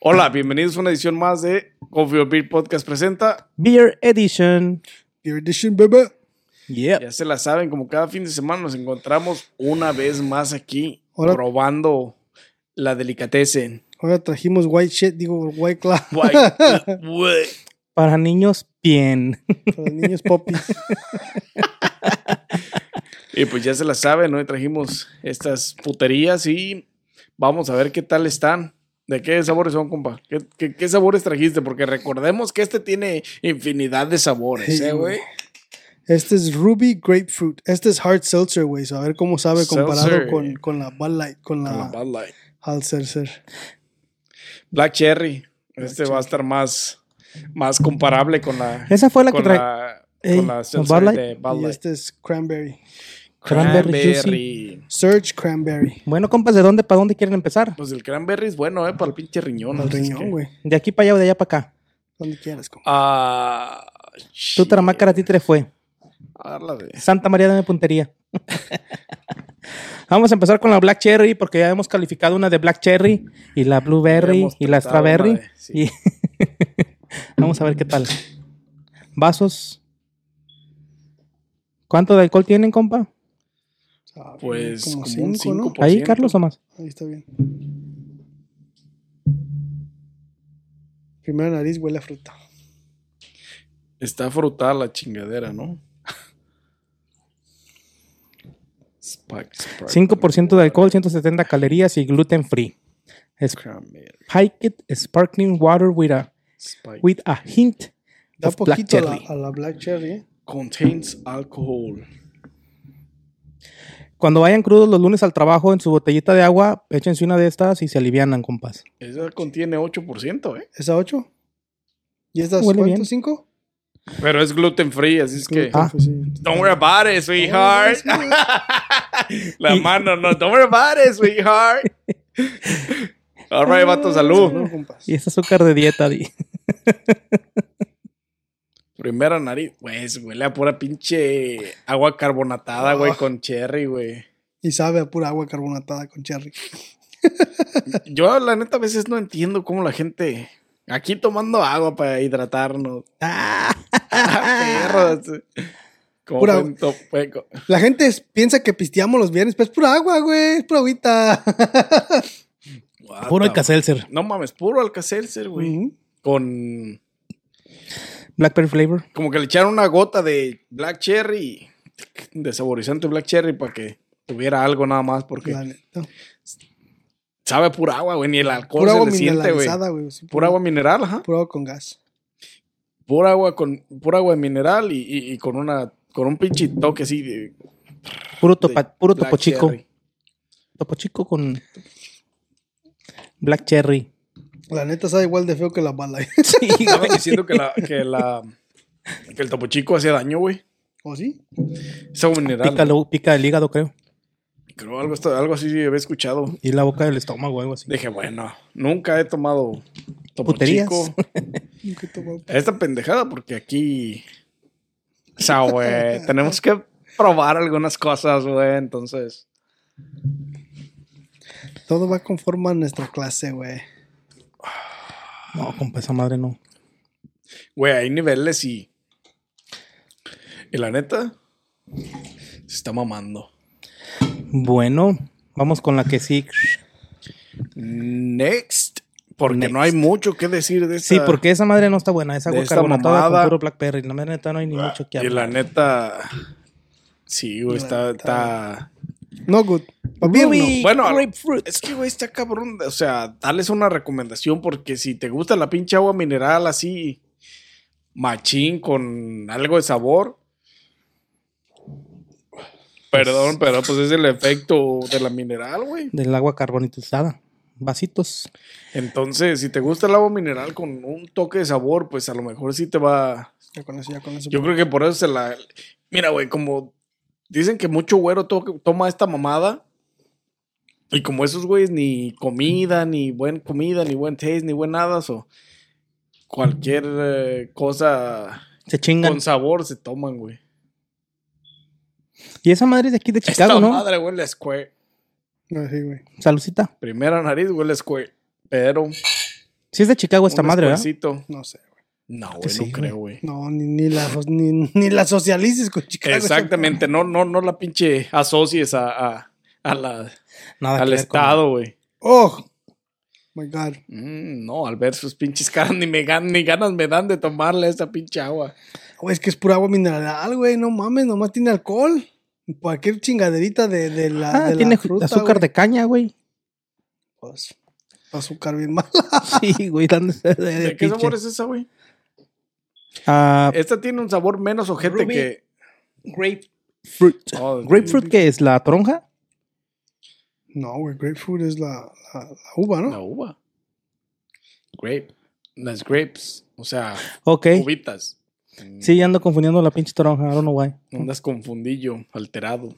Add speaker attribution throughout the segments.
Speaker 1: Hola, bienvenidos a una edición más de Coffee or Beer Podcast presenta.
Speaker 2: Beer Edition.
Speaker 3: Your edition, baby.
Speaker 2: Yeah.
Speaker 1: Ya se la saben, como cada fin de semana nos encontramos una vez más aquí
Speaker 3: Ahora-
Speaker 1: probando la delicatessen.
Speaker 3: Ahora trajimos white shit, digo white claw
Speaker 1: Guay, güey.
Speaker 2: Para niños, bien.
Speaker 3: para niños poppy.
Speaker 1: y pues ya se la saben, hoy trajimos estas puterías y vamos a ver qué tal están. ¿De qué sabores son, compa? ¿Qué, qué- qué sabores trajiste? Porque recordemos que este tiene infinidad de sabores,
Speaker 3: Sí,
Speaker 1: ¿eh, güey?
Speaker 3: güey. Este es Ruby Grapefruit. Este es Hard Seltzer, güey. so A ver cómo sabe
Speaker 1: Seltzer.
Speaker 3: comparado con, con la Bud Light, con
Speaker 1: Con la
Speaker 3: la
Speaker 1: Bud Light.
Speaker 3: Hard Seltzer.
Speaker 1: Black Cherry. Este va a estar más, más comparable con la.
Speaker 2: Esa fue la que
Speaker 1: con
Speaker 2: trae.
Speaker 1: la,
Speaker 2: Ey,
Speaker 1: con la
Speaker 2: ¿con
Speaker 1: Seltzer
Speaker 2: Bud Light?
Speaker 1: de Bud
Speaker 3: Y
Speaker 1: Light.
Speaker 3: este es Cranberry.
Speaker 2: Cranberry Juicy.
Speaker 3: Surge Cranberry.
Speaker 2: Bueno, compas, ¿de dónde para dónde quieren empezar?
Speaker 1: Pues el cranberry es bueno, ¿eh? Para el pinche riñón.
Speaker 3: Al
Speaker 1: así es que-
Speaker 3: riñón, güey.
Speaker 2: De aquí para allá o de allá para acá.
Speaker 3: Donde quieras, compa.
Speaker 1: Ah.
Speaker 2: Tu
Speaker 1: shit.
Speaker 2: Taramácara Titre fue.
Speaker 1: A ver la de-
Speaker 2: Santa María de Puntería. Vamos a empezar con la Black Cherry, porque ya hemos calificado una de Black Cherry y la Blueberry
Speaker 1: Hemos
Speaker 2: y la
Speaker 1: tratado una
Speaker 2: Strawberry.
Speaker 1: de- sí.
Speaker 2: Y- Vamos a ver qué tal. Vasos. ¿Cuánto de alcohol tienen, compa?
Speaker 3: Ah,
Speaker 1: Pues,
Speaker 3: como
Speaker 1: como un
Speaker 3: cinco, ¿no?
Speaker 1: cinco. Por
Speaker 2: Ahí,
Speaker 1: ciento.
Speaker 2: Carlos, o más.
Speaker 3: Ahí está bien. Primera nariz huele a fruta.
Speaker 1: Está frutada la chingadera, ¿no? Spike, Sprite,
Speaker 2: 5% de alcohol, 170 calorías y gluten free. Es
Speaker 1: Cranberry.
Speaker 2: Spiked Sparkling Water with a,
Speaker 1: Spike.
Speaker 2: with a hint
Speaker 3: Da
Speaker 2: of Black
Speaker 3: poquito a la,
Speaker 2: Cherry.
Speaker 3: a la Black Cherry, ¿eh?
Speaker 1: Contains alcohol.
Speaker 2: Cuando vayan crudos los lunes al trabajo en su botellita de agua, échense una de estas y se alivianan, compas.
Speaker 1: Esa contiene 8%, ¿eh?
Speaker 3: ¿Esa 8? ¿Y estas
Speaker 2: Huele
Speaker 3: cuánto?
Speaker 2: bien.
Speaker 3: ¿Cinco?
Speaker 1: Pero es gluten free, así es que.
Speaker 3: Creo
Speaker 2: Ah.
Speaker 3: que sí.
Speaker 1: Don't worry about it, sweetheart. La mano, no. Don't worry about it, sweetheart. All right, vato, salud.
Speaker 3: No, compas.
Speaker 2: Y es azúcar de dieta, di.
Speaker 1: Primera nariz. Pues huele a pura pinche agua carbonatada, güey,
Speaker 3: Ah.
Speaker 1: con cherry, güey.
Speaker 3: Y sabe a pura agua carbonatada con cherry.
Speaker 1: Yo, la neta, a veces no entiendo cómo la gente. Aquí tomando agua para hidratarnos. Ah, perros. Como
Speaker 3: Pura-
Speaker 1: buen to- buen co-
Speaker 3: La gente es- piensa que pisteamos los viernes, pero es pura agua, güey. Es pura agüita.
Speaker 1: What
Speaker 2: Puro
Speaker 1: the-
Speaker 2: Alka-Seltzer.
Speaker 1: No mames, puro Alka-Seltzer, güey.
Speaker 3: Ujú.
Speaker 1: Con.
Speaker 2: Blackberry flavor.
Speaker 1: como que le echaron una gota de black cherry, de saborizante black cherry para que tuviera algo nada más porque
Speaker 3: La neta.
Speaker 1: sabe a pura agua, güey, ni el alcohol
Speaker 3: Pura
Speaker 1: se
Speaker 3: agua
Speaker 1: le siente, güey.
Speaker 3: mineralizada, güey. sí,
Speaker 1: Pura agua mineral, ajá.
Speaker 3: Pura agua con gas.
Speaker 1: Pura agua con pura agua mineral y, y- y con una con un pinche toque así de
Speaker 2: Puro, topa- puro
Speaker 1: black
Speaker 2: topo chico.
Speaker 1: cherry.
Speaker 2: Topo chico con Black Cherry.
Speaker 3: La neta sabe igual de feo que la bala.
Speaker 2: Sí,
Speaker 1: Estaban diciendo que la que la que el topo chico hace daño, güey.
Speaker 3: ¿O sí?
Speaker 1: Es agua mineral.
Speaker 2: pica, lo- pica el hígado, creo.
Speaker 1: Creo algo está- algo así había escuchado.
Speaker 2: Y la boca del estómago, algo así.
Speaker 1: Dije, bueno, nunca he tomado topo
Speaker 2: Puterías.
Speaker 1: chico.
Speaker 3: Nunca he tomado.
Speaker 1: Esta pendejada porque aquí... O sea, güey, tenemos que probar algunas cosas, güey. Entonces,
Speaker 3: Todo va conforme a nuestra clase, güey.
Speaker 2: No, compa, esa madre no.
Speaker 1: güey, hay niveles y... Y la neta, se está mamando.
Speaker 2: Bueno, vamos con la que sí.
Speaker 1: Next, porque no hay mucho que decir de esta.
Speaker 2: Sí, porque esa madre no está buena. Esa
Speaker 1: de
Speaker 2: agua
Speaker 1: esta
Speaker 2: carbonatada
Speaker 1: mamada.
Speaker 2: con puro Blackberry. La madre neta no hay ni mucho
Speaker 1: Y
Speaker 2: que hablar.
Speaker 1: la neta... Sí, güey,
Speaker 3: La
Speaker 1: está...
Speaker 3: neta.
Speaker 1: está...
Speaker 3: No good. Pa' mí,
Speaker 2: Ruby
Speaker 1: Bueno,
Speaker 2: grapefruit.
Speaker 1: Es que, güey, está cabrón. O sea, darles una recomendación porque si te gusta la pinche agua mineral así, machín, con algo de sabor. Perdón, pero pues es el efecto de la mineral, güey.
Speaker 2: Del agua carbonatizada. Vasitos.
Speaker 1: Entonces, si te gusta el agua mineral con un toque de sabor, pues a lo mejor sí te va.
Speaker 3: no. Ya con eso, ya con eso.
Speaker 1: Yo creo que por eso se la. Mira, güey, como dicen que mucho güero to- toma esta mamada. Y como esos güeyes ni comida, ni buen comida, ni buen taste, ni buen nada, o cualquier eh, cosa
Speaker 2: Se chingan.
Speaker 1: con sabor se toman, güey.
Speaker 2: Y esa madre es de aquí de Chicago,
Speaker 1: Esta
Speaker 2: ¿no?
Speaker 1: madre huele a square.
Speaker 3: No, sí, güey.
Speaker 2: Salucita.
Speaker 1: Primera nariz huele a square. Pero
Speaker 2: Sí es de Chicago Pues esta
Speaker 1: un
Speaker 2: madre, ¿verdad?
Speaker 1: escuecito.
Speaker 3: No sé. güey.
Speaker 1: No,
Speaker 2: que
Speaker 1: güey,
Speaker 2: sí,
Speaker 1: no creo, güey.
Speaker 3: No, ni, ni, la, ni, ni la socialices con Chicago.
Speaker 1: Exactamente, no, no, no la pinche asocies a, a, a la,
Speaker 2: Nada que
Speaker 1: al
Speaker 2: ver con-
Speaker 1: Estado, güey.
Speaker 3: Oh, my God.
Speaker 1: Mm, no, al ver sus pinches caras, ni, me gan- ni ganas me dan de tomarle esa pinche agua.
Speaker 3: Güey, es que es pura agua mineral, güey. No mames, nomás tiene alcohol. Cualquier chingaderita de, de la,
Speaker 2: Ah,
Speaker 3: de la
Speaker 2: tiene
Speaker 3: fruta,
Speaker 2: azúcar
Speaker 3: güey.
Speaker 2: de caña, güey.
Speaker 3: Pues, azúcar bien mala.
Speaker 2: Sí, güey, dándose de, de
Speaker 1: ¿De qué
Speaker 2: pinche.
Speaker 1: sabor es esa, güey?
Speaker 2: Ah,
Speaker 1: Esta tiene un sabor menos ojete
Speaker 2: Ruby.
Speaker 1: que.
Speaker 2: grapefruit.
Speaker 1: Oh,
Speaker 2: ¿Grapefruit qué es? ¿La toronja?
Speaker 3: No, güey, grapefruit es la, la, la uva, ¿no?
Speaker 1: La uva. Grape. Las grapes. O sea,
Speaker 2: Ok.
Speaker 1: uvitas. Mm,
Speaker 2: Sí, ya ando confundiendo la pinche toronja. I don't know why.
Speaker 1: Andas confundillo, alterado.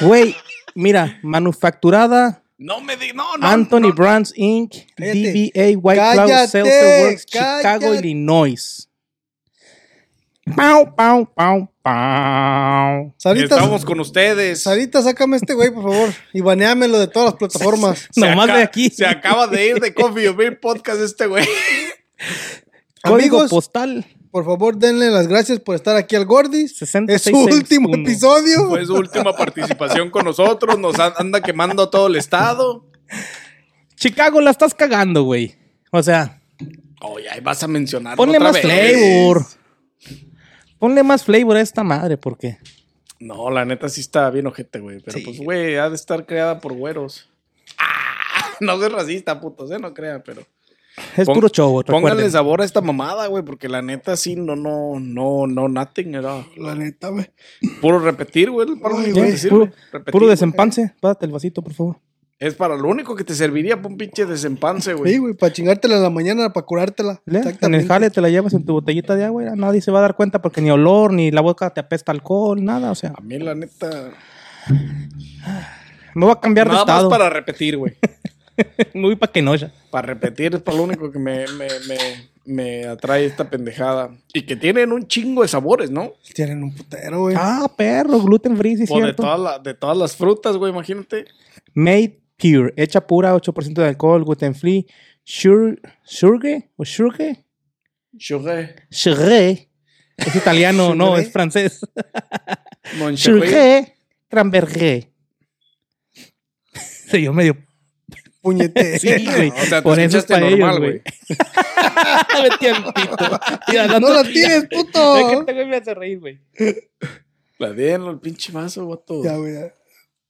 Speaker 2: Güey, mira, manufacturada
Speaker 1: No me di. No, no.
Speaker 2: Anthony
Speaker 1: no.
Speaker 2: Brands Inc.,
Speaker 3: Cállate.
Speaker 2: DBA White
Speaker 3: Cállate,
Speaker 2: Cloud Seltzer Works, Chicago,
Speaker 3: cállate.
Speaker 2: Illinois. Pau, pau, pau, pau.
Speaker 3: Sarita,
Speaker 1: Estamos con ustedes.
Speaker 3: Sarita, sácame este güey, por favor. Y baneámelo de todas las plataformas.
Speaker 1: Se
Speaker 2: Nomás
Speaker 1: aca-
Speaker 2: de aquí.
Speaker 1: Se acaba de ir de Coffee or Beer Podcast este güey.
Speaker 2: Código
Speaker 3: Amigos,
Speaker 2: postal
Speaker 3: por favor, denle las gracias por estar aquí al Gordis. Es su
Speaker 2: 66661.
Speaker 3: último episodio.
Speaker 1: Fue su última participación con nosotros. Nos an- anda quemando a todo el estado.
Speaker 2: Chicago, la estás cagando, güey. O sea,
Speaker 1: Oye, ahí vas a mencionar.
Speaker 2: ponle
Speaker 1: otra
Speaker 2: más
Speaker 1: vez.
Speaker 2: flavor. Ponle más flavor a esta madre, porque.
Speaker 1: No, la neta sí está bien ojete, güey. Pero
Speaker 2: Sí.
Speaker 1: pues, güey, ha de estar creada por güeros. ¡Ah! No soy racista, putos, eh, no crean, pero.
Speaker 2: Es
Speaker 1: Pon-
Speaker 2: puro show,
Speaker 1: Pónganle
Speaker 2: recuerden.
Speaker 1: sabor a esta mamada, güey, porque la neta sí, no, no, no, no, nothing, era.
Speaker 3: La neta, güey.
Speaker 1: Puro repetir, güey, para lo
Speaker 3: Ay,
Speaker 1: único
Speaker 2: Ya,
Speaker 1: que
Speaker 3: güey,
Speaker 1: te sirve.
Speaker 2: puro
Speaker 1: Repetir,
Speaker 2: puro
Speaker 1: güey.
Speaker 2: desempance. Párate el vasito, por favor.
Speaker 1: Es para lo único que te serviría para un pinche desempance,
Speaker 3: Sí,
Speaker 1: güey.
Speaker 3: güey, para chingártela en la mañana, para curártela.
Speaker 2: Lea, En
Speaker 3: Exactamente.
Speaker 2: el jale te la llevas en tu botellita de agua, y nadie se va a dar cuenta porque ni olor, ni la boca te apesta alcohol, nada, o sea,
Speaker 1: A mí, la neta.
Speaker 2: me voy a cambiar de
Speaker 1: Nada más
Speaker 2: estado.
Speaker 1: para repetir, güey.
Speaker 2: me voy para Kenosha.
Speaker 1: Para repetir es para lo único que me, me, me, me atrae esta pendejada. Y que tienen un chingo de sabores, ¿no?
Speaker 3: Tienen un putero, güey.
Speaker 2: Ah, perro, gluten free, sí, es
Speaker 1: O de,
Speaker 2: cierto.
Speaker 1: todas la- de todas las frutas, güey, imagínate.
Speaker 2: Made pure, hecha pura, 8% de alcohol, gluten free, sure, surge o surge,
Speaker 1: Churré.
Speaker 2: surge. Es italiano, no,
Speaker 3: Surge.
Speaker 2: es francés.
Speaker 1: Moncherré.
Speaker 2: Surge, tramberge. Se yo medio
Speaker 3: Puñete.
Speaker 2: Sí, güey.
Speaker 1: O sea, te
Speaker 2: Por eso es
Speaker 1: escuchaste
Speaker 2: para ellos,
Speaker 1: normal, güey.
Speaker 2: güey. Metí al pito. Mira,
Speaker 3: no
Speaker 2: dando-
Speaker 3: la tienes,
Speaker 2: Es que
Speaker 3: puto.
Speaker 2: este güey me hace reír, güey.
Speaker 1: La den el pinche vaso, guato.
Speaker 3: ya, güey. ya.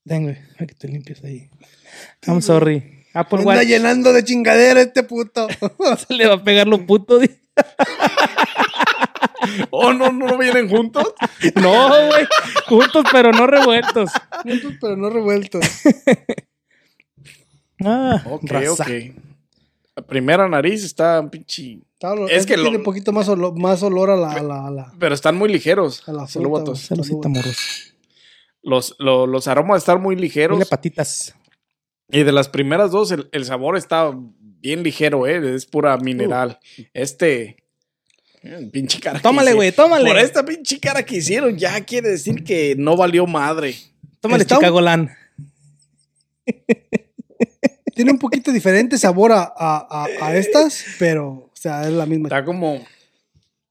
Speaker 2: Ten, güey, para que te limpies ahí. I'm sorry. Apple
Speaker 3: Anda
Speaker 2: Watch
Speaker 3: llenando de chingadera este puto.
Speaker 2: se le va a pegar lo puto. di-
Speaker 1: Oh, no, no, no vienen juntos.
Speaker 2: No, güey. Juntos, pero no revueltos.
Speaker 3: Juntos, pero no revueltos.
Speaker 2: Ah,
Speaker 1: Ok,
Speaker 2: raza.
Speaker 1: ok. La primera nariz está pinche.
Speaker 3: Está olor-
Speaker 1: Es
Speaker 3: es
Speaker 1: que
Speaker 3: que
Speaker 1: lo-
Speaker 3: tiene un poquito más olor, más olor a la, a la, a la-
Speaker 1: Pero están muy ligeros.
Speaker 3: a la fruta,
Speaker 1: Saludos,
Speaker 3: güey.
Speaker 1: vatos.
Speaker 2: Saludcita,
Speaker 3: Salud.
Speaker 2: morros.
Speaker 1: Los, lo- los aromas están muy ligeros.
Speaker 2: Dile patitas.
Speaker 1: Y de las primeras dos, el, el sabor está bien ligero, ¿eh? Es pura
Speaker 2: Uh.
Speaker 1: mineral. Este. mm, Pinche cara. que
Speaker 2: Tómale,
Speaker 1: hice-
Speaker 2: güey, tómale.
Speaker 1: Por este esta pinche cara que hicieron, ya quiere decir que no valió madre.
Speaker 2: Tómale
Speaker 3: Está un-
Speaker 2: Chicagoland.
Speaker 3: Tiene un poquito diferente sabor a, a, a, a estas, pero, o sea, es la misma.
Speaker 1: Está como.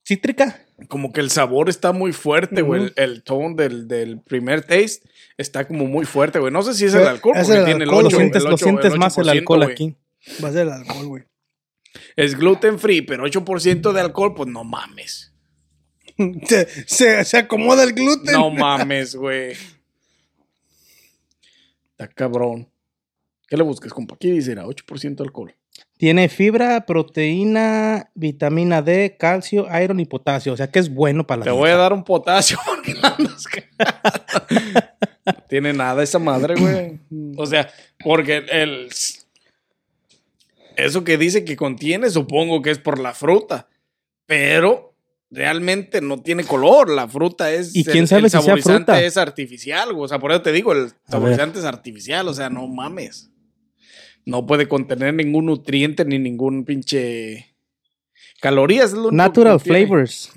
Speaker 2: Cítrica.
Speaker 1: Como que el sabor está muy fuerte, güey.
Speaker 2: Ujú.
Speaker 1: El, el tone del, del primer taste está como muy fuerte, güey. No sé si es el
Speaker 3: Pero
Speaker 1: alcohol,
Speaker 3: es
Speaker 1: porque
Speaker 3: el
Speaker 1: tiene el
Speaker 3: alcohol,
Speaker 2: Lo
Speaker 1: 8,
Speaker 3: ocho,
Speaker 2: sientes,
Speaker 1: el
Speaker 2: lo
Speaker 1: 8,
Speaker 2: sientes más el
Speaker 1: 8%,
Speaker 2: alcohol
Speaker 1: güey.
Speaker 2: aquí.
Speaker 3: Va a ser el alcohol, güey.
Speaker 1: Es gluten free, pero 8% de alcohol, pues no mames.
Speaker 3: Se, se, se acomoda el gluten.
Speaker 1: No mames, güey. Está cabrón. ¿Qué le buscas, compa? Aquí dice, era 8% de alcohol.
Speaker 2: Tiene fibra, proteína, vitamina D, calcio, iron y potasio. O sea que es bueno para la
Speaker 1: Te
Speaker 2: gente.
Speaker 1: voy a dar un potasio porque la andas cagando. No tiene nada esa madre, güey. O sea, porque el... Eso que dice que contiene, supongo que es por la fruta. Pero realmente no tiene color. La fruta es...
Speaker 2: ¿Y quién
Speaker 1: el-
Speaker 2: sabe
Speaker 1: el
Speaker 2: si sea
Speaker 1: saborizante
Speaker 2: fruta?
Speaker 1: es artificial, güey. O sea, por eso te digo, el
Speaker 2: A
Speaker 1: saborizante es artificial. O sea, no mames. No puede contener ningún nutriente ni ningún pinche... Calorías. es lo único que
Speaker 2: Natural
Speaker 1: contiene.
Speaker 2: flavors.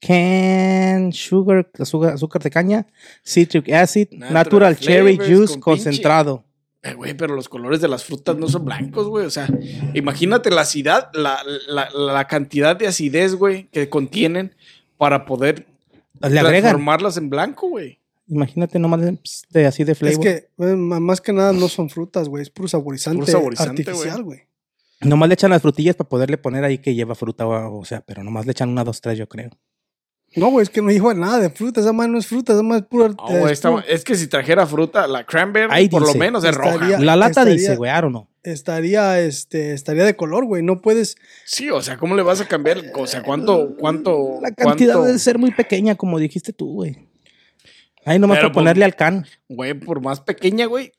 Speaker 2: Can, sugar, azúcar, azúcar de caña, citric acid,
Speaker 1: Natural
Speaker 2: natural, cherry
Speaker 1: flavors
Speaker 2: juice
Speaker 1: con
Speaker 2: concentrado.
Speaker 1: Eh, güey, pero los colores de las frutas no son blancos, güey. O sea, imagínate la acidad, la, la, la cantidad de acidez, güey, que contienen para poder
Speaker 2: Le agregan.
Speaker 1: transformarlas en blanco, güey.
Speaker 2: Imagínate nomás de, ps, de así de
Speaker 3: Es
Speaker 2: flavor.
Speaker 3: que eh, ma- más que nada no son frutas, güey. Es puro saborizante,
Speaker 1: Puro saborizante,
Speaker 3: artificial, güey.
Speaker 2: Nomás le echan las frutillas para poderle poner ahí que lleva fruta o, o sea, pero nomás le echan una, dos, tres, yo creo.
Speaker 3: No, güey, es que no dijo nada de fruta. Esa madre no es fruta, esa madre es puro
Speaker 1: No, güey, está- es que si trajera fruta, la cranberry,
Speaker 2: Ahí
Speaker 1: por lo
Speaker 2: dice,
Speaker 1: menos es roja.
Speaker 3: estaría- Ya,
Speaker 2: La lata
Speaker 3: estaría-
Speaker 2: dice, güey, I don't know.
Speaker 3: estaría, este, estaría de color, güey. No puedes.
Speaker 1: Sí, o sea, ¿cómo le vas a cambiar? O sea, ¿cuánto, cuánto,
Speaker 2: La cantidad
Speaker 1: cuánto-
Speaker 2: debe ser muy pequeña, como dijiste tú, güey. Ahí nomás
Speaker 1: Pero, pues
Speaker 2: para ponerle al can.
Speaker 1: Güey, por más pequeña, güey,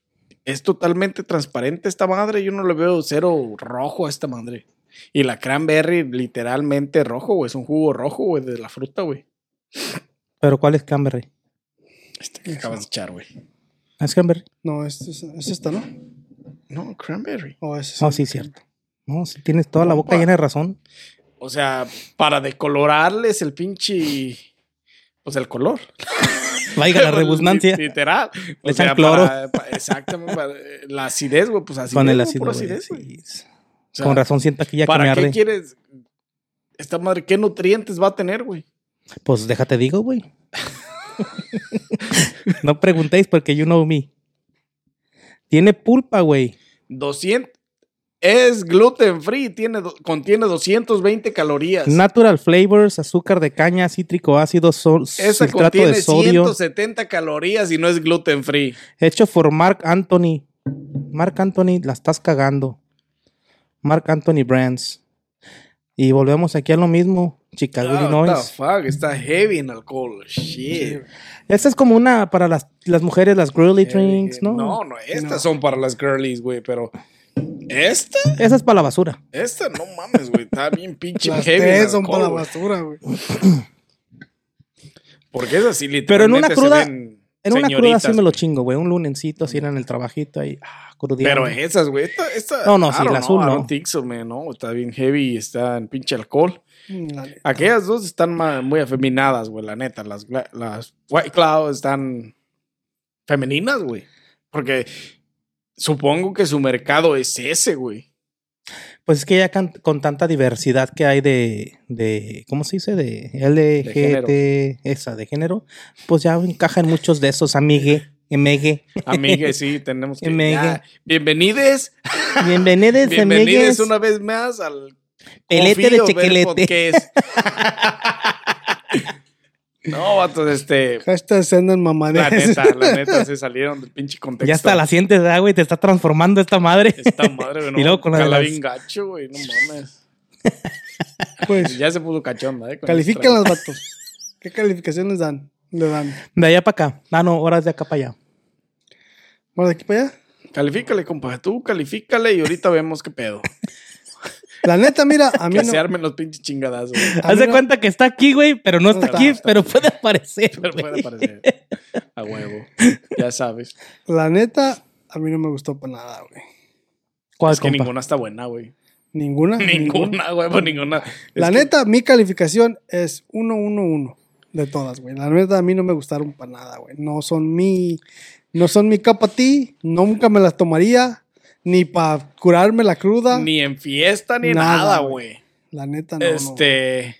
Speaker 1: es totalmente transparente esta madre. Yo no le veo cero rojo a esta madre. Y la cranberry, literalmente rojo, güey. Es un jugo rojo, güey, de la fruta, güey.
Speaker 2: Pero ¿cuál es Cranberry?
Speaker 1: Este que acabas de echar, güey.
Speaker 2: ¿Es Cranberry?
Speaker 3: No, es, es, es esta, ¿no?
Speaker 1: No, cranberry.
Speaker 3: O es,
Speaker 2: No, sí, cierto. No, sí, tienes toda la boca
Speaker 1: Opa.
Speaker 2: llena de razón.
Speaker 1: O sea, para decolorarles el pinche. Pues el color.
Speaker 2: Vaya la rebusnancia.
Speaker 1: Li- Literal.
Speaker 2: Le echan cloro.
Speaker 1: para- pa- exactamente. para- la acidez, güey. Pues así.
Speaker 2: Con el
Speaker 1: Pura
Speaker 2: ácido. güey,
Speaker 1: acidez, güey.
Speaker 2: sí.
Speaker 1: O sea,
Speaker 2: Con razón siento aquí ya que me
Speaker 1: ¿Para qué
Speaker 2: arde.
Speaker 1: quieres? Esta madre, ¿qué nutrientes va a tener, güey?
Speaker 2: Pues déjate digo, güey. no preguntéis porque you know me. Tiene pulpa, güey.
Speaker 1: 200. Es gluten free, tiene, do- contiene 220 calorías.
Speaker 2: Natural flavors, azúcar de caña, cítrico ácido, sol,
Speaker 1: Esa
Speaker 2: citrato
Speaker 1: contiene
Speaker 2: de sodio.
Speaker 1: 170 calorías y no es gluten free.
Speaker 2: Hecho por Mark Anthony. Mark Anthony, la estás cagando. Mark Anthony Brands. Y volvemos aquí a lo mismo. Chicago,
Speaker 1: Ah, what the
Speaker 2: Illinois.
Speaker 1: fuck, está heavy en alcohol. Shit.
Speaker 2: Esta es como una para las, las mujeres, las girly drinks, ¿no?
Speaker 1: Eh, No, no, estas
Speaker 3: No.
Speaker 1: son para las girlies, güey, pero. ¿Esta?
Speaker 2: Esa es para la basura.
Speaker 1: Esta, no mames, güey. Está bien pinche
Speaker 3: las
Speaker 1: heavy. en
Speaker 3: tres son
Speaker 1: alcohol,
Speaker 3: para la
Speaker 1: güey.
Speaker 3: basura, güey.
Speaker 1: Porque es así,
Speaker 2: Pero en una
Speaker 1: literalmente. se
Speaker 2: cruda-
Speaker 1: ven
Speaker 2: En una cruda
Speaker 1: señoritas,
Speaker 2: sí me lo
Speaker 1: güey.
Speaker 2: chingo, güey. Un lunencito así era en el trabajito ahí. Ah, crudeando.
Speaker 1: Pero eh. esas, güey, esta, esta.
Speaker 2: No, no,
Speaker 1: I
Speaker 2: sí,
Speaker 1: don't
Speaker 2: la azul
Speaker 1: know, I
Speaker 2: no.
Speaker 1: don't think so, man, no, está bien heavy y está en pinche alcohol.
Speaker 3: Mm, La neta.
Speaker 1: Aquellas dos están ma- muy afeminadas, güey, la neta. Las, gla- las White Cloud están femeninas, güey. Porque supongo que su mercado es ese, güey.
Speaker 2: Pues es que ya can- con tanta diversidad que hay de, de ¿cómo se dice? De LGT, esa, de género, pues ya encajan muchos de esos, amigue, emegue.
Speaker 1: Amigue, sí, tenemos que.
Speaker 2: Amigue.
Speaker 1: ya. Bienvenides.
Speaker 2: Bienvenidos,
Speaker 1: Bienvenides
Speaker 2: amigues.
Speaker 1: una vez más al.
Speaker 2: Pelete de
Speaker 1: Confío Ver
Speaker 2: chequelete.
Speaker 1: Podcast. no, vatos, este.
Speaker 3: Hashtag se andan
Speaker 1: La
Speaker 3: mamaderas.
Speaker 1: neta, la neta, se salieron del pinche contexto.
Speaker 2: Ya hasta la sientes, ¿verdad, güey? Te está transformando esta madre.
Speaker 1: Esta madre, güey.
Speaker 2: Y
Speaker 1: No,
Speaker 2: luego con la de
Speaker 1: cala
Speaker 2: las-
Speaker 1: bien gacho, güey. No mames.
Speaker 3: Pues
Speaker 1: Ya se puso cachonda, ¿eh? con
Speaker 3: califican
Speaker 1: esta-
Speaker 3: los vatos. ¿Qué calificaciones dan? Le dan.
Speaker 2: De allá para acá. Ah, no, horas de acá para allá.
Speaker 3: Bueno, de aquí para allá.
Speaker 1: Califícale, compa. Tú califícale y ahorita vemos qué pedo.
Speaker 3: La neta, mira, a mí
Speaker 1: Que
Speaker 3: no.
Speaker 1: se armen los pinches chingadazos. güey.
Speaker 3: A mí
Speaker 2: Haz de
Speaker 3: no-
Speaker 2: cuenta que está aquí, güey, pero no
Speaker 3: No
Speaker 2: está
Speaker 3: está,
Speaker 2: aquí,
Speaker 3: no está.
Speaker 2: pero puede aparecer.
Speaker 1: Pero puede
Speaker 2: güey.
Speaker 1: aparecer. A huevo. Ya sabes.
Speaker 3: La neta, a mí no me gustó para nada, güey.
Speaker 2: ¿Cuál,
Speaker 1: Es que
Speaker 2: compa?
Speaker 1: ninguna está buena, güey.
Speaker 3: Ninguna.
Speaker 1: Ninguna, güey, pues ninguna. Es
Speaker 3: La
Speaker 1: que-
Speaker 3: neta, mi calificación es 1-1-1 de todas, güey. La neta, a mí no me gustaron para nada, güey. No son mi. No son mi capa ti. Nunca me las tomaría. Ni para curarme la cruda.
Speaker 1: Ni en fiesta ni
Speaker 3: Nada,
Speaker 1: nada,
Speaker 3: güey.
Speaker 1: güey.
Speaker 3: La neta, no. no.
Speaker 1: este.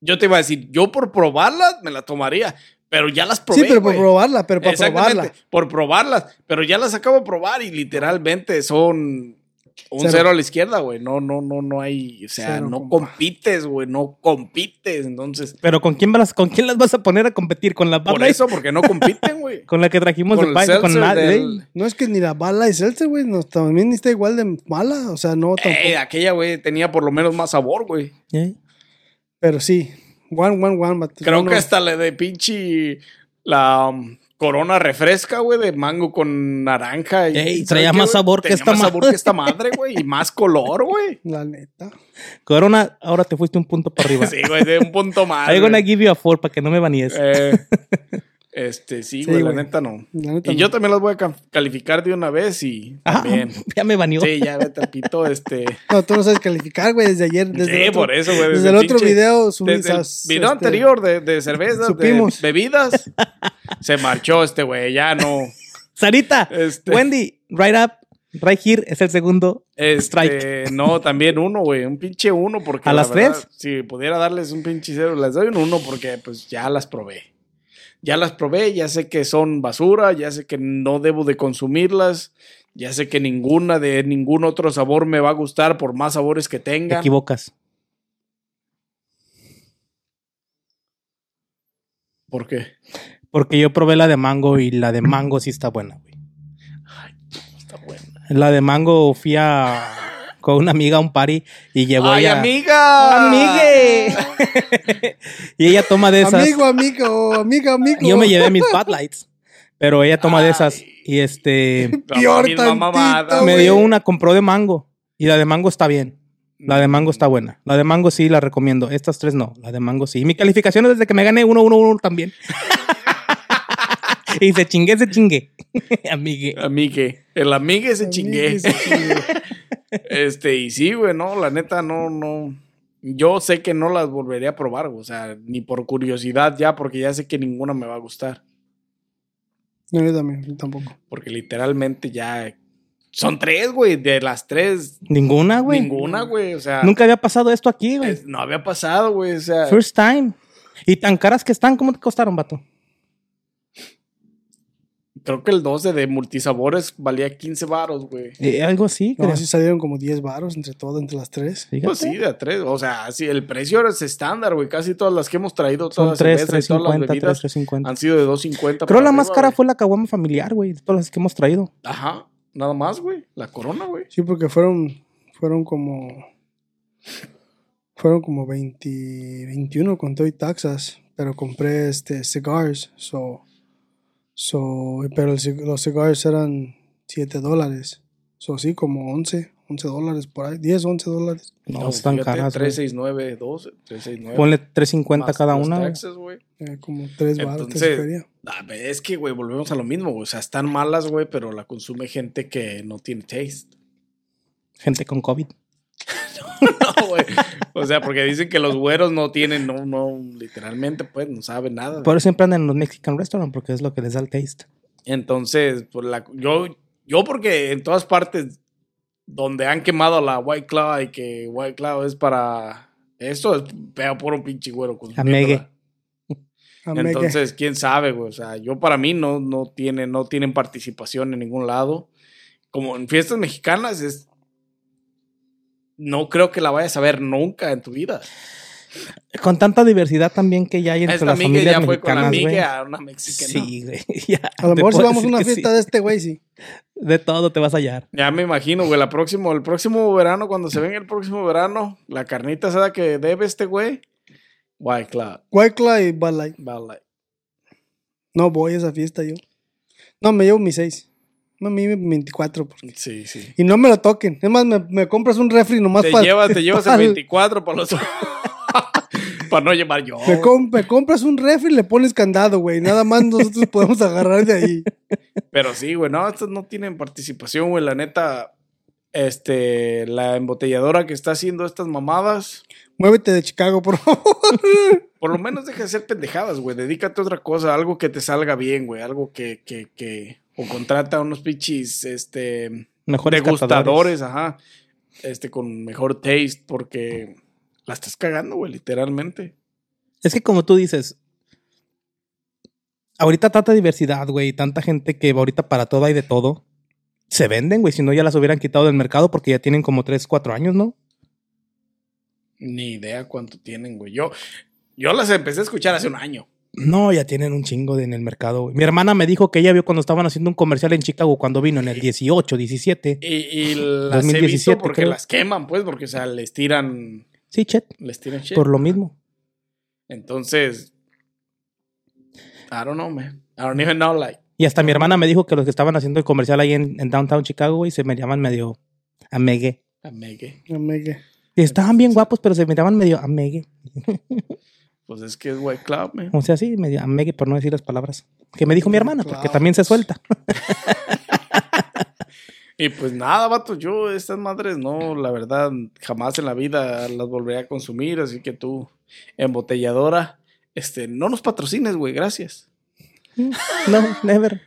Speaker 1: Yo te iba a decir, yo por probarlas me la tomaría. Pero ya las probé.
Speaker 3: sí, pero por
Speaker 1: güey.
Speaker 3: probarla, pero para
Speaker 1: Exactamente,
Speaker 3: probarla.
Speaker 1: por probarlas. Pero ya las acabo de probar y literalmente son un
Speaker 3: Cero.
Speaker 1: cero, a la izquierda, güey. No, no, no, no hay. O sea,
Speaker 3: Cero,
Speaker 1: no
Speaker 3: compa.
Speaker 1: compites, güey. No compites. Entonces,
Speaker 2: Pero ¿con quién, vas, ¿con quién las vas a poner a competir? ¿Con la
Speaker 1: por
Speaker 2: banda
Speaker 1: eso, porque no compiten, güey.
Speaker 2: Con la que trajimos
Speaker 1: Con
Speaker 2: de
Speaker 1: el
Speaker 2: Pfizer, con
Speaker 1: seltzer
Speaker 2: la
Speaker 1: del-
Speaker 2: de-
Speaker 3: No es que ni la bala y seltzer, güey. No, también está igual de mala. O sea, no tampoco.
Speaker 1: Eh, aquella, güey, tenía por lo menos más sabor, güey.
Speaker 2: ¿Eh?
Speaker 3: Pero sí. One, one, one. but-
Speaker 1: Creo
Speaker 3: no,
Speaker 1: que hasta la de pinche. La. um, Corona refresca, güey, de mango con naranja. y-
Speaker 2: Ey,
Speaker 1: ¿sabes
Speaker 2: traía
Speaker 1: qué,
Speaker 2: más
Speaker 1: güey?
Speaker 2: sabor que
Speaker 1: Tenía
Speaker 2: esta
Speaker 1: más sabor
Speaker 2: madre.
Speaker 1: que esta madre, güey, y más color, güey.
Speaker 3: La neta.
Speaker 2: Corona, ahora te fuiste un punto para arriba.
Speaker 1: Sí, güey, de un punto más. güey.
Speaker 2: I'm gonna give you a four para que no me banees.
Speaker 1: Eh, este, sí,
Speaker 3: Sí,
Speaker 1: güey, la
Speaker 3: güey.
Speaker 1: neta no.
Speaker 3: La neta.
Speaker 1: Y yo también las voy a ca- calificar de una vez y
Speaker 2: Ah,
Speaker 1: también.
Speaker 2: ya me baneó.
Speaker 1: Sí, ya vete al pito, este.
Speaker 3: No, tú no sabes calificar, güey, desde ayer. Desde
Speaker 1: sí,
Speaker 3: el otro-
Speaker 1: por eso, güey.
Speaker 3: Desde el otro
Speaker 1: pinche-
Speaker 3: video subí-
Speaker 1: Desde el
Speaker 3: sas-
Speaker 1: video
Speaker 3: este,
Speaker 1: anterior de, de cervezas,
Speaker 3: supimos.
Speaker 1: de bebidas, se marchó este güey, ya no.
Speaker 2: Sarita,
Speaker 1: Este,
Speaker 2: Wendy, Right up, right here es el segundo
Speaker 1: Strike.
Speaker 2: Strike.
Speaker 1: Este, No, también uno, güey. Un pinche uno porque.
Speaker 2: ¿A
Speaker 1: la
Speaker 2: las
Speaker 1: verdad,
Speaker 2: tres?
Speaker 1: Si pudiera darles un pinche cero, les doy un uno porque pues ya las probé. Ya las probé, ya sé que son basura, ya sé que no debo de consumirlas, ya sé que ninguna de ningún otro sabor me va a gustar por más sabores que
Speaker 2: Te
Speaker 1: tengan.
Speaker 2: equivocas.
Speaker 1: ¿Por qué?
Speaker 2: Porque yo probé la de mango y la de mango sí está buena, güey.
Speaker 1: Está buena.
Speaker 2: La de mango fui a con una amiga a un party y llevó
Speaker 1: ¡Ay,
Speaker 2: ella.
Speaker 1: amiga!
Speaker 2: ¡Amigue! y ella toma de esas.
Speaker 3: Amigo, amigo, amiga, amigo.
Speaker 2: Yo me llevé mis Bud Lights, pero ella toma de esas
Speaker 1: Ay.
Speaker 2: y este
Speaker 1: Peor
Speaker 3: Peor
Speaker 1: tantito, Ah,
Speaker 3: tantito,
Speaker 2: me
Speaker 3: güey.
Speaker 2: dio una, compró de mango y la de mango está bien. La de mango está buena. La de mango sí la recomiendo. Estas tres no. La de mango sí. Y mi calificación es desde que me gané 1 1 1 también. y se chingué, se chingué. Amigue.
Speaker 1: Amigue. El amigue se chingué.
Speaker 3: Amigue, se chingué.
Speaker 1: Este, y sí, güey, no, la neta, no, no. Yo sé que no las volvería a probar, güey, o sea, ni por curiosidad ya, porque ya sé que ninguna me va a gustar.
Speaker 3: No, yo también, yo tampoco.
Speaker 1: Porque literalmente ya son tres, güey, de las tres,
Speaker 2: Ninguna, güey.
Speaker 1: ninguna, güey, o sea.
Speaker 2: Nunca había pasado esto aquí, güey.
Speaker 1: es- no había pasado, güey, o sea.
Speaker 2: First time. Y tan caras que están, ¿cómo te costaron, vato?
Speaker 1: Creo que el 12 de multisabores valía 15 varos, güey.
Speaker 2: Eh, algo así,
Speaker 3: No,
Speaker 2: creo.
Speaker 3: sí salieron como 10 varos entre todo, entre las tres.
Speaker 2: Fíjate.
Speaker 1: Pues sí, de a tres. O sea, sí, el precio era ese estándar, güey. Casi todas las que hemos traído, todas
Speaker 2: Son
Speaker 1: las
Speaker 2: 3,
Speaker 1: cervezas y todas las
Speaker 2: 350,
Speaker 1: bebidas
Speaker 2: 350.
Speaker 1: han sido de 2.50.
Speaker 2: Creo
Speaker 1: para
Speaker 2: la más
Speaker 1: arriba,
Speaker 2: cara
Speaker 1: güey.
Speaker 2: fue la caguama familiar, güey, de todas las que hemos traído.
Speaker 1: Ajá, nada más, güey. La corona, güey.
Speaker 3: Sí, porque fueron, fueron como. Fueron como 20, 21 con todo y taxas. Pero compré este cigars. So, so, pero el cig- los cigars eran 7 dólares. So, sí, como 11, 11 dólares por ahí. 10, 11 dólares.
Speaker 2: No, están
Speaker 1: fíjate,
Speaker 2: caras. güey.
Speaker 1: 369, 12, 369.
Speaker 2: Ponle 350
Speaker 1: más
Speaker 2: cada
Speaker 1: los
Speaker 2: una. güey.
Speaker 1: taxes, güey.
Speaker 3: Era eh, como 3 baros. tres y
Speaker 1: Entonces-
Speaker 3: feria.
Speaker 1: Ah, ve, Es que, güey, volvemos a lo mismo. güey. O sea, están malas, güey, pero la consume gente que no tiene taste.
Speaker 2: Gente con COVID.
Speaker 1: No, güey. O sea, porque dicen que los güeros no tienen, no, no, literalmente, pues, no saben nada.
Speaker 2: Por eso siempre andan en los Mexican restaurant porque es lo que les da el taste.
Speaker 1: Entonces, pues, la, yo, yo porque en todas partes donde han quemado la White Claw y que White Claw es para esto, es, veo por un pinche güero. consumiéndola.
Speaker 2: Amegue.
Speaker 3: Amé que-
Speaker 1: Entonces, quién sabe, güey. O sea, yo para mí no, no, tiene, no tienen participación en ningún lado. Como en fiestas mexicanas es. No creo que la vayas a ver nunca en tu vida.
Speaker 2: Con tanta diversidad también que ya hay entre
Speaker 1: Esta
Speaker 2: pues, las
Speaker 1: amiga
Speaker 2: familias
Speaker 1: ya fue con la
Speaker 2: mexicanas, güey.
Speaker 1: amiga a una mexicana.
Speaker 2: Sí, güey. ya,
Speaker 3: a
Speaker 2: te
Speaker 3: lo mejor si
Speaker 2: puedo
Speaker 3: vamos
Speaker 2: decir
Speaker 3: a una
Speaker 2: que sí.
Speaker 3: fiesta de este güey, sí.
Speaker 2: De todo te vas a hallar.
Speaker 1: Ya me imagino, güey. La próximo, el próximo verano, cuando se venga el próximo verano, la carnita asada que debe este güey. White Cloud.
Speaker 3: White Claw y Bud Light.
Speaker 1: Bud Light.
Speaker 3: No voy a esa fiesta yo. No, me llevo mis 6. No, me llevo 24. porque-
Speaker 1: Sí, sí.
Speaker 3: Y no me lo toquen. Es más, me, me compras un refri nomás
Speaker 1: Te
Speaker 3: pa-
Speaker 1: llevas, te llevas
Speaker 3: pa-
Speaker 1: el 24 para los. para no llevar yo.
Speaker 3: Me, com- me compras un refri y le pones candado, güey. Nada más nosotros podemos agarrar de ahí.
Speaker 1: Pero sí, güey, no, estas no tienen participación, güey, la neta. Este, la embotelladora que está haciendo estas mamadas,
Speaker 3: Muévete de Chicago, por favor.
Speaker 1: por lo menos deja de hacer pendejadas, güey. Dedícate a otra cosa, algo que te salga bien, güey. Algo que, que, que. O contrata a unos pichis, este.
Speaker 2: Mejores catadores.
Speaker 1: degustadores, ajá. Este, con mejor taste, porque la estás cagando, güey, literalmente.
Speaker 2: Es que como tú dices, ahorita tanta diversidad, güey, tanta gente que ahorita para todo hay de todo. Se venden, güey, si no ya las hubieran quitado del mercado porque ya tienen como 3, 4 años, ¿no?
Speaker 1: Ni idea cuánto tienen, güey. Yo, yo las empecé a escuchar hace un año.
Speaker 2: No, ya tienen un chingo de- en el mercado, güey. Mi hermana me dijo que ella vio cuando estaban haciendo un comercial en Chicago cuando vino en el 18, 17.
Speaker 1: Y, y las he
Speaker 2: 2017
Speaker 1: visto porque
Speaker 2: creo.
Speaker 1: las queman, pues, porque, o sea, les tiran.
Speaker 2: Sí, Chet,
Speaker 1: Les tiran shit.
Speaker 2: por lo mismo.
Speaker 1: Entonces. I don't know, man. I don't even know, like.
Speaker 2: Y hasta mi hermana me dijo que los que estaban haciendo el comercial ahí en, en Downtown Chicago, güey, se miraban medio amegue.
Speaker 1: Amegue.
Speaker 3: Amigue.
Speaker 2: Y estaban bien guapos, pero se miraban medio amegue.
Speaker 1: Pues es que es White Cloud, man.
Speaker 2: O sea, sí, medio amegue, por no decir las palabras. Que me dijo mi hermana, porque
Speaker 3: Clavos.
Speaker 2: también se suelta.
Speaker 1: Y pues nada, vato, yo estas madres no, la verdad, jamás en la vida las volveré a consumir. Así que tú, embotelladora, este, no nos patrocines, güey, gracias.
Speaker 2: No, never.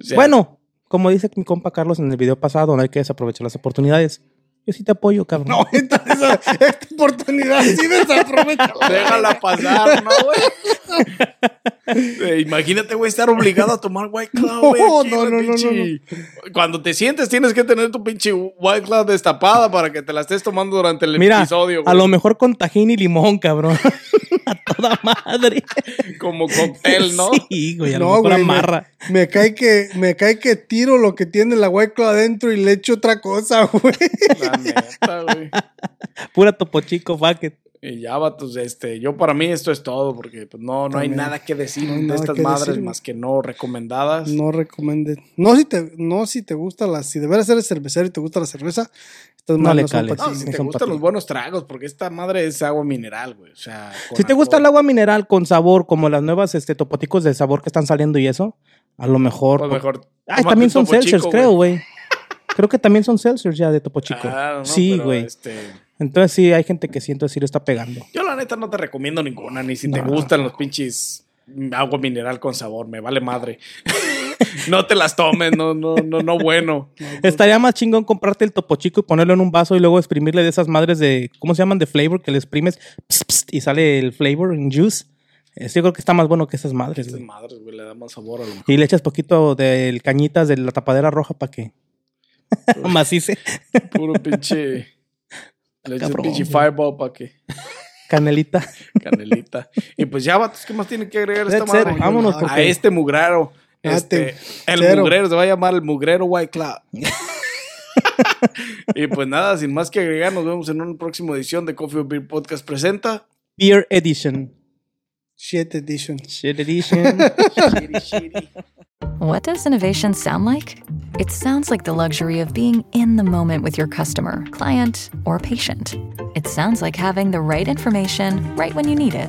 Speaker 1: O sea,
Speaker 2: bueno, Como dice mi compa Carlos en el video pasado, no hay que desaprovechar las oportunidades. Yo sí te apoyo, cabrón.
Speaker 3: No, esta, esa- esta oportunidad sí desaprovecha.
Speaker 1: Déjala pasar, ¿no, güey? Eh, Imagínate, güey, estar obligado a tomar White Claw, güey.
Speaker 3: No,
Speaker 1: aquí,
Speaker 3: no,
Speaker 1: güey,
Speaker 3: no, no,
Speaker 1: pinche- Cuando te sientes, tienes que tener tu pinche White Claw destapada para que te la estés tomando durante el
Speaker 2: Mira,
Speaker 1: episodio,
Speaker 2: a
Speaker 1: güey.
Speaker 2: lo mejor con tajín y limón, cabrón. a toda madre.
Speaker 1: Como cóctel, ¿no?
Speaker 2: Sí, güey, a lo
Speaker 3: No,
Speaker 2: mejor
Speaker 3: güey. me-
Speaker 2: amarra.
Speaker 3: Me, cae que, me cae que tiro lo que tiene la White Claw adentro y le echo otra cosa, güey.
Speaker 1: La neta, güey.
Speaker 2: Pura topo chico, bucket.
Speaker 1: Y ya, vatos, este, yo para mí esto es todo, porque pues, no, no hay
Speaker 3: También.
Speaker 1: nada que decir
Speaker 3: No hay
Speaker 1: de
Speaker 3: nada
Speaker 1: estas
Speaker 3: que
Speaker 1: madres
Speaker 3: decir, güey.
Speaker 1: más que no recomendadas.
Speaker 3: No recomiendes. No si te, no si te gusta la, si de veras eres cervecero y te gusta la cerveza, estas
Speaker 2: No
Speaker 3: madres
Speaker 2: le
Speaker 3: son
Speaker 2: cales.
Speaker 3: para
Speaker 1: No,
Speaker 2: Sí,
Speaker 3: ti,
Speaker 1: si
Speaker 3: güey.
Speaker 1: te
Speaker 2: son
Speaker 1: gustan
Speaker 2: patas.
Speaker 1: los buenos tragos, porque esta madre es agua mineral, güey. O sea, con
Speaker 2: Si te gusta el
Speaker 1: alcohol.
Speaker 2: agua mineral con sabor, como las nuevas este, topoticos de sabor que están saliendo y eso, a lo mejor.
Speaker 1: Pues mejor.
Speaker 2: Ay, Ah, también son
Speaker 1: seltzers,
Speaker 2: seltzers, creo, güey. Creo que también son seltzers ya de topo chico.
Speaker 1: Ah,
Speaker 2: sí, güey. Entonces sí, hay gente que siento decir está pegando.
Speaker 1: este, yo la neta no te recomiendo ninguna, ni si te
Speaker 2: No.
Speaker 1: gustan los pinches mm, agua mineral con sabor, me vale madre. no te las tomes, no, no, no, no, bueno.
Speaker 2: Estaría más chingón comprarte el topo chico y ponerlo en un vaso y luego exprimirle de esas madres de, ¿cómo se llaman? De flavor, que le exprimes pss, pss, y sale el flavor en juice. Este, yo creo que está más bueno que esas madres,
Speaker 1: Estas
Speaker 2: güey.
Speaker 1: madres, güey, le da más sabor a lo mejor.
Speaker 2: Y le echas poquito del cañitas de la tapadera roja para que macice.
Speaker 1: Puro pinche. Le echas
Speaker 2: Cabrón,
Speaker 1: pinche
Speaker 2: güey.
Speaker 1: fireball para que.
Speaker 2: Canelita.
Speaker 1: Canelita. y pues ya, vatos, ¿qué más tiene que agregar esta
Speaker 2: That's it.
Speaker 1: madre?
Speaker 2: Vámonos Ah,
Speaker 3: A
Speaker 1: A
Speaker 2: porque
Speaker 1: este mugrero.
Speaker 3: Date,
Speaker 1: Este, el
Speaker 3: cero.
Speaker 1: mugrero se va a llamar el mugrero White Cloud. y pues nada, sin más que agregar, nos vemos en una próxima edición de Coffee or Beer Podcast presenta.
Speaker 2: Beer Edition.
Speaker 3: Shit Edition.
Speaker 2: Shit Edition.
Speaker 4: What does innovation sound like? It sounds like the luxury of being in the moment with your customer, client, or patient. It sounds like having the right information right when you need it.